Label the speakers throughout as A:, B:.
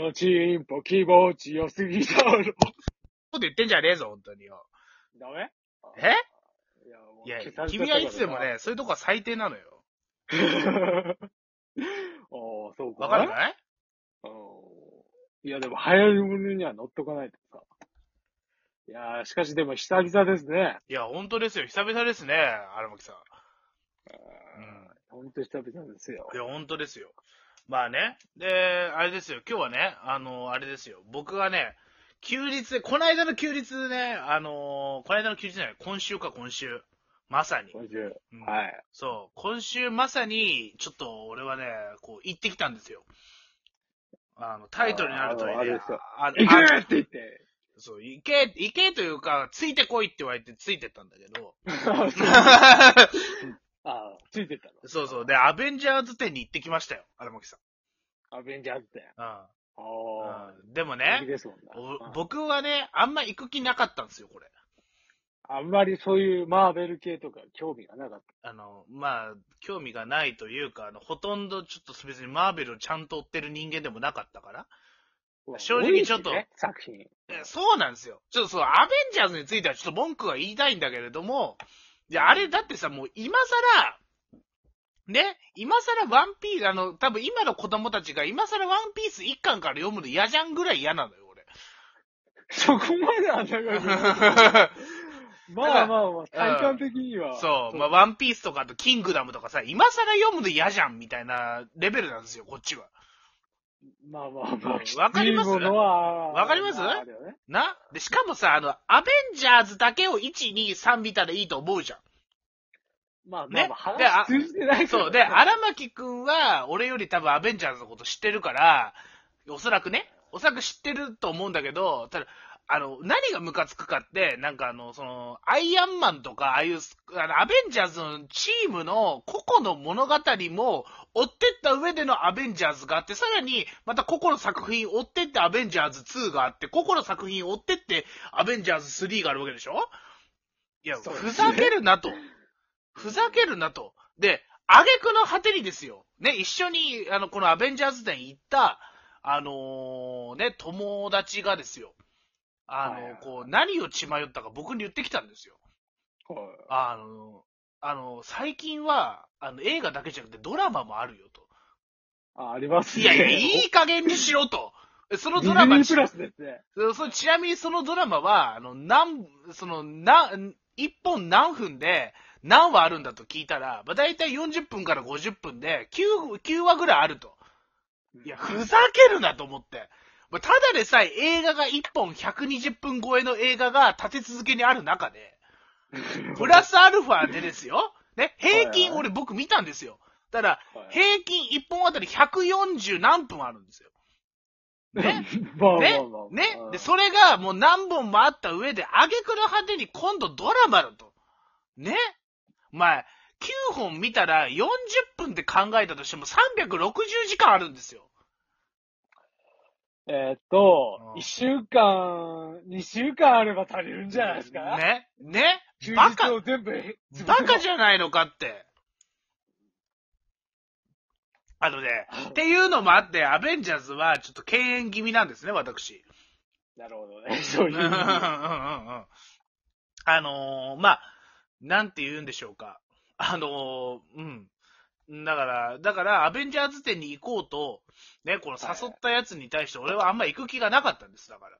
A: のチンポ気持ちよすぎだろ。
B: こと言ってんじゃねえぞ、本当によ。
A: ダメ
B: え
A: いや、もう
B: いや
A: 消さ、れちゃ
B: 君
A: ったから
B: はいつでもね、そういうとこは最低なのよ。
A: な。おー、そうか。
B: わかるかい
A: うんいや、でも、流行り物には乗っとかないとさ。いやー、しかしでも、久々ですね。
B: いや、本当ですよ。久々ですね、荒牧さん。う
A: ほんと久々ですよ
B: ん。い。や、本当ですよ。まあね。で、あれですよ。今日はね、あの、あれですよ。僕がね、休日で、この間の休日でね、あのこの間の休日じゃない、今週か、今週。まさに。
A: 今週。
B: うん
A: はい。
B: そう。今週まさに、ちょっと俺はね、こう、行ってきたんですよ。あの、タイトルになるとり
A: あーあれ
B: ね
A: ですよ、
B: あ
A: 行
B: あ
A: くって言 って。
B: そう、行け、行けというか、ついてこいって言われてついてったんだけ ど。
A: あー、ついてったの。
B: そうそう。で、アベンジャーズ展に行ってきましたよ、荒牧さ
A: アベンジャーズって。
B: ん。う
A: あ
B: ん
A: ー。
B: うん。でも
A: 人気
B: ね、
A: ですもんな
B: お
A: うん
B: 僕はね、あんま行く気なかったんですよ、これ。
A: あんまりそういうマーベル系とか興味がなかっ
B: あの、まあ、興味がないというか、あの、ほとんどちょっと別にマーベルをちゃんと追ってる人間でもなかったから。
A: た。
B: 正直ちょっと
A: 多いしね作品。
B: えそうなんですよ。ちょっとそう、アベンジャーズについてはちょっと文句は言いたいんだけれども、いや、あれだってさ、もう今更、ね、今更ワンピース、あの、多分今の子供たちが今更ワンピース一巻から読むの嫌じゃんぐらい嫌なのよ、 俺。
A: そこまでは長 くない。まあまあまあ、体感的には。
B: そう、まあ、ワンピースとかあとキングダムとかさ、今更読むの嫌じゃんみたいなレベルなんですよ、こっちは。
A: まあまあまあ。
B: わかります
A: いいものは
B: わかります
A: あるよね
B: なで、しかもさ、あの、アベンジャーズだけを1、2、3見たらいいと思うじゃん。
A: まあまあ
B: ね
A: まあ、
B: であ
A: 話通じてないけど
B: そう。で、 荒牧くんは、俺より多分アベンジャーズのこと知ってるから、おそらくね、おそらく知ってると思うんだけど、ただ、あの、何がムカつくかって、なんかあの、その、アイアンマンとか、ああいう、あの、アベンジャーズのチームの個々の物語も追ってった上でのアベンジャーズがあって、さらに、また個々の作品追ってってアベンジャーズ2があって、個々の作品追ってってアベンジャーズ3があるわけでしょいや、
A: そうで
B: ふ
A: すね
B: ざけるなと。ふざけるなと。で、挙句の果てにですよ。ね、一緒に、あの、このアベンジャーズ展行った、あのーね、友達がですよ。あ
A: はいはいは
B: の、
A: い
B: こう、何を血迷ったか僕に言ってきたんですよ。
A: はい
B: あの、あの、最近は、あの、映画だけじゃなくてドラマもあるよと。
A: あ、ありますね。
B: いやい や、いい加減にしろと。その
A: デ
B: ドラ
A: ィズニ
B: マ、
A: ープラスですね。
B: そうそうちなみにそのドラマは、あの、何、その、な、一本何分で、何話あるんだと聞いたら、まあ、だいたい40分から50分で、9、9話ぐらいあると。いや、 ふざけるなと思って。まあただでさえ映画が1本120分超えの映画が立て続けにある中で、プラスアルファでですよ。ね、平均、
A: はい
B: 俺僕見たんですよ。ただ、
A: はい、
B: 平均1本あたり140何分あるんですよ。ね
A: まあまあまあ
B: ね
A: まあ、
B: ね
A: うん
B: で、それがもう何本もあった上で、挙句の果てに今度ドラマだと。ねお前、9本見たら40分で考えたとしても360時間あるんですよ。
A: えーっと
B: う、ん
A: 一週間、二週間あれば足りるんじゃないですか。
B: ねね
A: 休
B: バ
A: 日
B: カ
A: を全部へ、
B: バカじゃないのかって。あのね、っていうのもあって、アベンジャーズはちょっと敬遠気味なんですね、私。
A: なるほどね。そう
B: う
A: い
B: ん
A: う
B: うんうんうんあのーまあ、なんて言うんでしょうか。あのーうん。だから、だから、アベンジャーズ展に行こうと、ね、この誘ったやつに対して俺はあんま行く気がなかったんです、だから。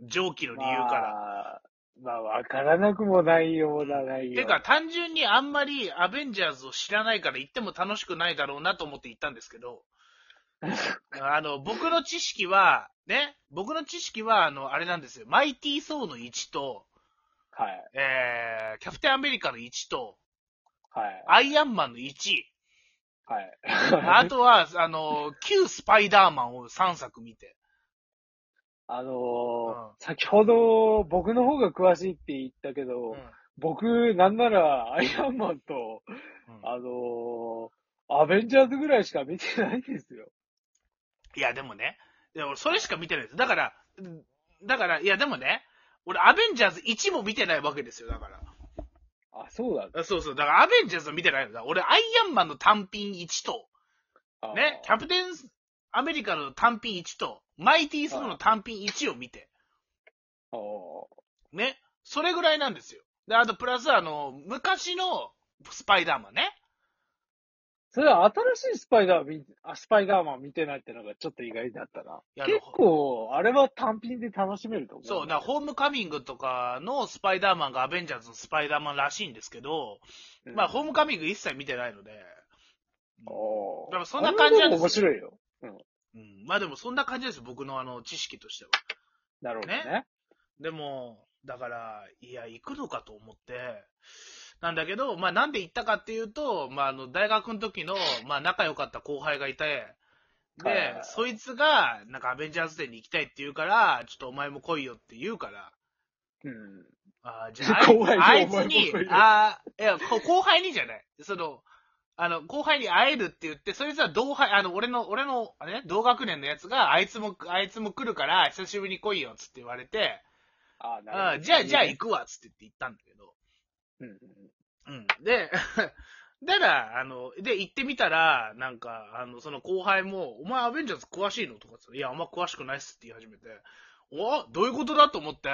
B: 上記の理由から。
A: まあ、まあ、わからなくもないような内容。
B: てか、、単純にあんまりアベンジャーズを知らないから行っても楽しくないだろうなと思って行ったんですけ ど、あの、僕の知識は、ね、僕の知識は、あの、あれなんですよ。マイティー・ソーの1と、
A: はい、
B: えー、キャプテンアメリカの1と、
A: はい、
B: アイアンマンの1、
A: はい。
B: あとは、あの、旧スパイダーマンを3作見て。
A: あのー
B: うん
A: 先ほど僕の方が詳しいって言ったけど、
B: うん
A: 僕、なんならアイアンマンと、
B: うん
A: あのーアベンジャーズぐらいしか見てないんですよ。
B: いや、でもね、いや俺それしか見てないです。だから、うんだから、いや、でもね、俺、アベンジャーズ1も見てないわけですよ、だから。
A: あ、そうだ
B: あそうそう。だから、アベンジャーズは見てないのだ。俺、アイアンマンの単品1と、
A: あー
B: ね、キャプテンアメリカの単品1と、マイティースーの単品1を見て、
A: お
B: ね。それぐらいなんですよ。で、あとプラスあの、昔のスパイダーマンね。
A: それは新しいスパイダー見、あスパイダーマン見てないってのがちょっと意外だったな。
B: いや
A: 結構、あれは単品で楽しめると思う。
B: そう、だからホームカミングとかのスパイダーマンがアベンジャーズのスパイダーマンらしいんですけど、
A: うん
B: まあホームカミング一切見てないので、
A: おー
B: でもそんな感じなん
A: あれはで
B: です
A: も面白いよ。
B: うん、まあでもそんな感じですよ、僕のあの知識としては。
A: なるほどね。
B: でも、だから、いや、行くのかと思って、なんだけど、まあなんで行ったかっていうと、まああの、大学の時の、まあ仲良かった後輩がいて、で
A: はいはい、
B: そいつが、なんかアベンジャーズ展に行きたいって言うから、ちょっとお前も来いよって言うから、
A: うん。
B: あーじゃあ、
A: 怖 い
B: あい
A: お
B: つ
A: 前も
B: に
A: 怖い、よ
B: あーいや、こ後輩にじゃない。その、あの、後輩に会えるって言って、そいつは同輩、あの、俺の、俺の、あれね、同学年のやつが、あいつも、あいつも来るから、久しぶりに来いよ、つって言われて、
A: あーなるほど
B: あーじゃあ、じゃあ行くわ、つって言って行ったんだけど。
A: うんうん
B: うん。で、 だから、あの、で、行ってみたら、なんか、あの、その後輩も、お前アベンジャーズ詳しいのとかって言っていや、あんま詳しくないっすって言い始めて、おどういうことだと思って。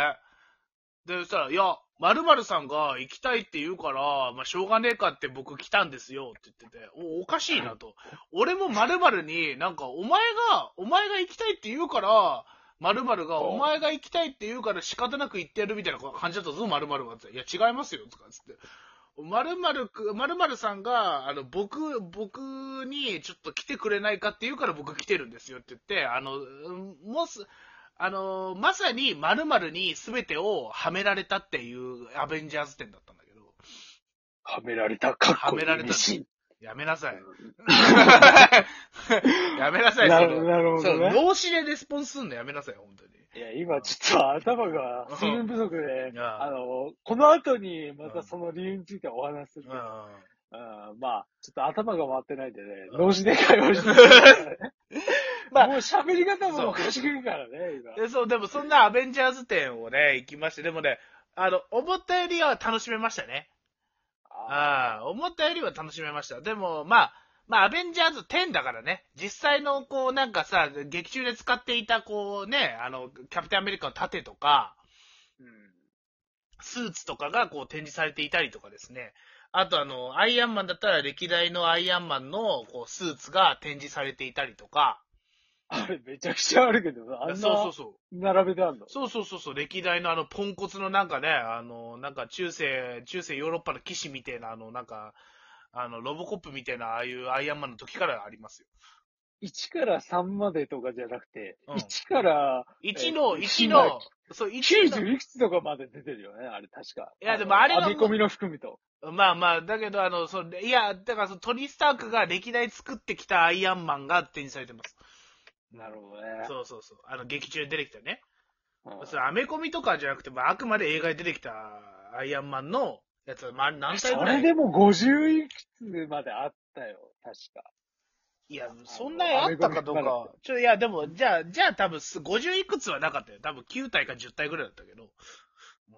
B: で、そしたら、いや、〇〇さんが行きたいって言うから、まあ、しょうがねえかって僕来たんですよって言ってて、お、おかしいなと。俺も〇〇に、なんか、お前が、お前が行きたいって言うから、〇〇が、お前が行きたいって言うから仕方なく行ってやるみたいな感じだったぞ、〇〇は。つっていや、違いますよ、とか、つって。〇〇く、〇〇さんが、あの、僕、僕にちょっと来てくれないかって言うから僕来てるんですよって言って、あの、うんもうす、あの、まさに〇〇に全てをはめられたっていうアベンジャーズ展だったんだけど、
A: はめられた、かっこいい。
B: はめられた
A: ミシン
B: やめなさい。
A: う
B: やめなさ
A: ん
B: い、
A: な
B: そ
A: るほど、
B: の。
A: なるほ
B: そう、
A: どね。
B: 脳死でレスポンスすんのやめなさい、本当に。
A: いや、今ちょっと頭が水分不足
B: う
A: で、
B: ん
A: あの、この後にまたその理由についてお話しするけど、
B: うん。
A: うんまあ、ちょっと頭が回ってないんでね、
B: うん
A: 脳死で会話してるからね。
B: まあ
A: もう喋り方もおかしくるからね、
B: で、そう、でもそんなアベンジャーズ展をね、行きまして、でもね、あの、思ったよりは楽しめましたね。
A: 今。
B: ああ、思ったよりは楽しめました。でも、まあ、まあ、アベンジャーズ10だからね、実際の、こう、なんかさ、劇中で使っていた、こうね、あの、キャプテンアメリカの盾とか、
A: うん
B: スーツとかが、こう、展示されていたりとかですね。あと、あの、アイアンマンだったら、歴代のアイアンマンの、こう、スーツが展示されていたりとか。
A: あれめちゃくちゃあるけど、あ
B: そうんそう
A: な
B: そう。
A: 並べてあんの。
B: そうそうそうそう、歴代のあの、ポンコツのなんかね、あの、なんか中世、中世ヨーロッパの騎士みたいな、あの、なんか、あの、ロボコップみたいな、ああいうアイアンマンの時からありますよ。
A: 1から3までとかじゃなくて、
B: うん
A: 1から
B: 1の、
A: えー
B: 1の、そう、1の、
A: 90いくつとかまで出てるよね、あれ確か。
B: いやでもあれは
A: の編み込みの含みと。
B: まあまあ、だけど、あの、そう、いや、だからその、トニー・スタークが歴代作ってきたアイアンマンが展示されてます。
A: なるほどね。
B: そうそうそう。あの、劇中に出てきたね。
A: うん
B: それ、アメコミとかじゃなくて、まあ、あくまで映画に出てきたアイアンマンのやつ、まあ、何体
A: そ
B: ぐら
A: れ
B: い
A: でも50いくつまであったよ、確か。
B: いや、そんなにあったかどう
A: アメコミ
B: か。ちょ、いや、でも、じゃあ、じゃあ多分す、50いくつはなかったよ。多分9体か10体ぐらいだったけど。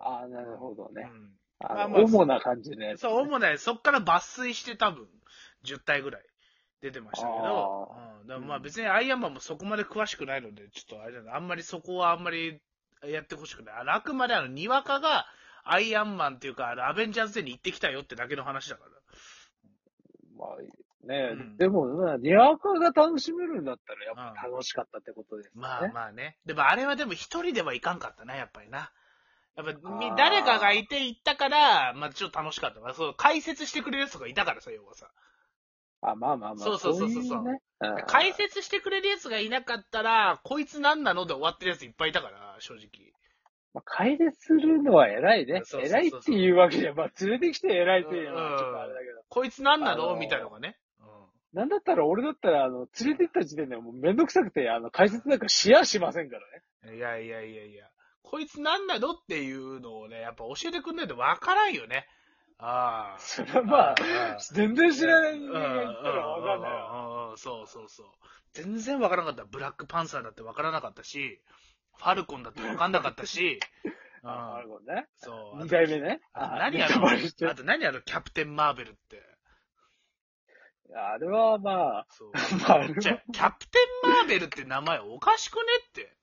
A: ああ、なるほどね。あの
B: まあまあ
A: 主な感じの
B: う
A: や
B: ん。
A: つ、
B: そう、主ね、そっから抜粋して多分、10体ぐらい出てましたけど、うん、でもまあ
A: うん
B: 別にアイアンマンもそこまで詳しくないので、ちょっとあれだな、あんまりそこはあんまりやってほしくない。あの、あくまであの、にわかが、アイアンマンっていうか、あの、アベンジャーズ展に行ってきたよってだけの話だから。
A: まあ、ね、
B: うん
A: でも、まあにわかが楽しめるんだったら、やっぱ楽しかったってことですね。
B: まあまあね。でもあれはでも一人ではいかんかったな、やっぱりな。やっぱみ
A: あー
B: 誰かがいて行ったから、まあちょっと楽しかったな。そう、解説してくれるやつとかいたからさ、要はさ。
A: あ、まあまあまあ。
B: そうそうそうそう
A: いねうん
B: 解説してくれるやつがいなかったら、こいつ何なので終わってるやついっぱいいたから、正直。
A: まあ解説するのは偉いね。
B: そうそうそうそう
A: 偉いっていうわけじゃ、まあ、連れてきて偉いっていうの
B: うん
A: はちょっとあれだけど。
B: こいつ何な
A: あ
B: の
A: のー
B: みたいなのがね。うん
A: なんだったら、俺だったら、あの、連れてった時点でもうめんどくさくて、あの、解説なんかしやしませんからね。
B: いやいやいやいや。こいつ何なのっていうのをね、やっぱ教えてくんないとわからんよね。ああ。
A: それは まあ、
B: あー
A: 全然知らない人間が言ったらわかんないわ。
B: うんうんうんそうそうそう。全然わからなかった。ブラックパンサーだってわからなかったし、ファルコンだってわかんなかったし、うん
A: あなるほどね。
B: そう。
A: 二回目ね。
B: あと
A: あ
B: 何や
A: ネタバレしち
B: ろ
A: ゃ
B: あ
A: う
B: と何やろキャプテン・マーベルって。
A: いや、あれはまあ、
B: そう。
A: まあ、あれ
B: じゃ
A: は
B: あ、キャプテン・マーベルって名前おかしくねって。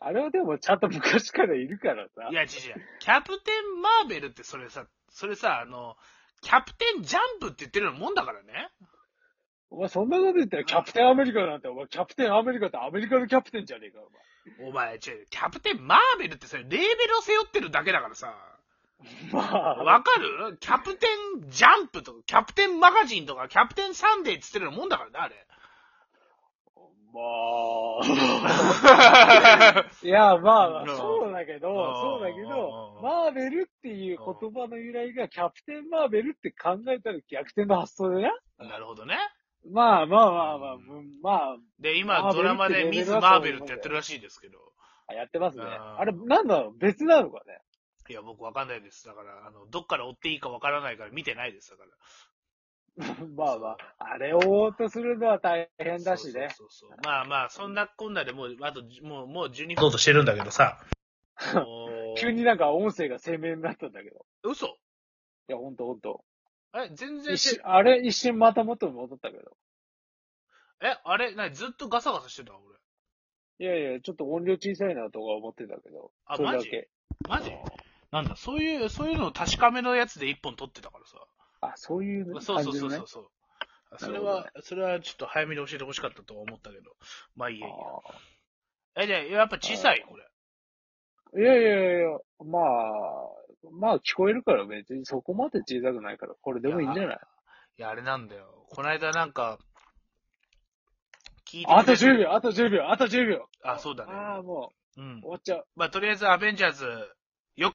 A: あれはでもちゃんと昔からいるからさ。
B: いや、違う違う。キャプテン・マーベルってそれさ、それさ、あの、キャプテン・ジャンプって言ってるようなもんだからね。
A: お前そんなこと言ったらキャプテンアメリカなんて、お前キャプテンアメリカってアメリカのキャプテンじゃねえか、
B: お前、違う、キャプテン・マーベルってそれ、レーベルを背負ってるだけだからさ。
A: お前。まあ、
B: わかるキャプテン・ジャンプとか、キャプテン・マガジンとか、キャプテン・サンデーって言ってるようなもんだからね、あれ。
A: まあ。 いや、まあまあ、
B: うん
A: そうだけど、
B: うん
A: そうだけど
B: う、ん
A: マーベルっていう言葉の由来がキャプテンマーベルって考えたら逆転の発想でね。
B: なるほどね。
A: まあまあまあまあ、うんま
B: で、
A: マ
B: 今、
A: ー
B: ド
A: ベルって
B: ラマでミズ・
A: レベルだと思う
B: マーベルってやってるらしいですけど。
A: あ、やってますね。
B: うん
A: あれ、なんだろう別なのかね
B: いや、僕わかんないです。だから、あの、どっから追っていいかわからないから見てないです。だから。
A: まあまあ、あれを追おうとするのは大変だしね。
B: そうそうそうそうまあまあ、そんなこんなでもう、あと、もう、もう12分。そうとしてるんだけどさ。もう
A: 急になんか音声が鮮明になったんだけど。
B: 嘘
A: いや、ほんとほんと。
B: え、全然
A: 一
B: し
A: 瞬、、あれ、一瞬また元に戻ったけど。
B: え、あれ、なに、ずっとガサガサしてた俺。
A: いやいや、ちょっと音量小さいなとか思ってたけど。
B: あ、
A: それ
B: マ
A: だ
B: ジ
A: け。
B: マジなんだ、そういう、そういうのを確かめのやつで一本撮ってたからさ。
A: あ、そういう感じ
B: そう
A: のね。
B: そうそうそうそう。それ
A: な
B: は、それはちょっと早めに教えてほしかったとは思ったけど。まあいいやいい
A: あー
B: や。え、じゃあやっぱ小さいこれ。
A: いやいやいや、まあ、まあ聞こえるから別にそこまで小さくないから、これでもいいんじゃない
B: いや、あれなんだよ。この間なんか、聞いてくれて
A: あと10秒、あと10秒、あと10秒。
B: あ、そうだね。
A: ああ、も
B: う
A: う、
B: ん
A: 終。わっちゃう。
B: まあ、とりあえず、アベンジャーズ、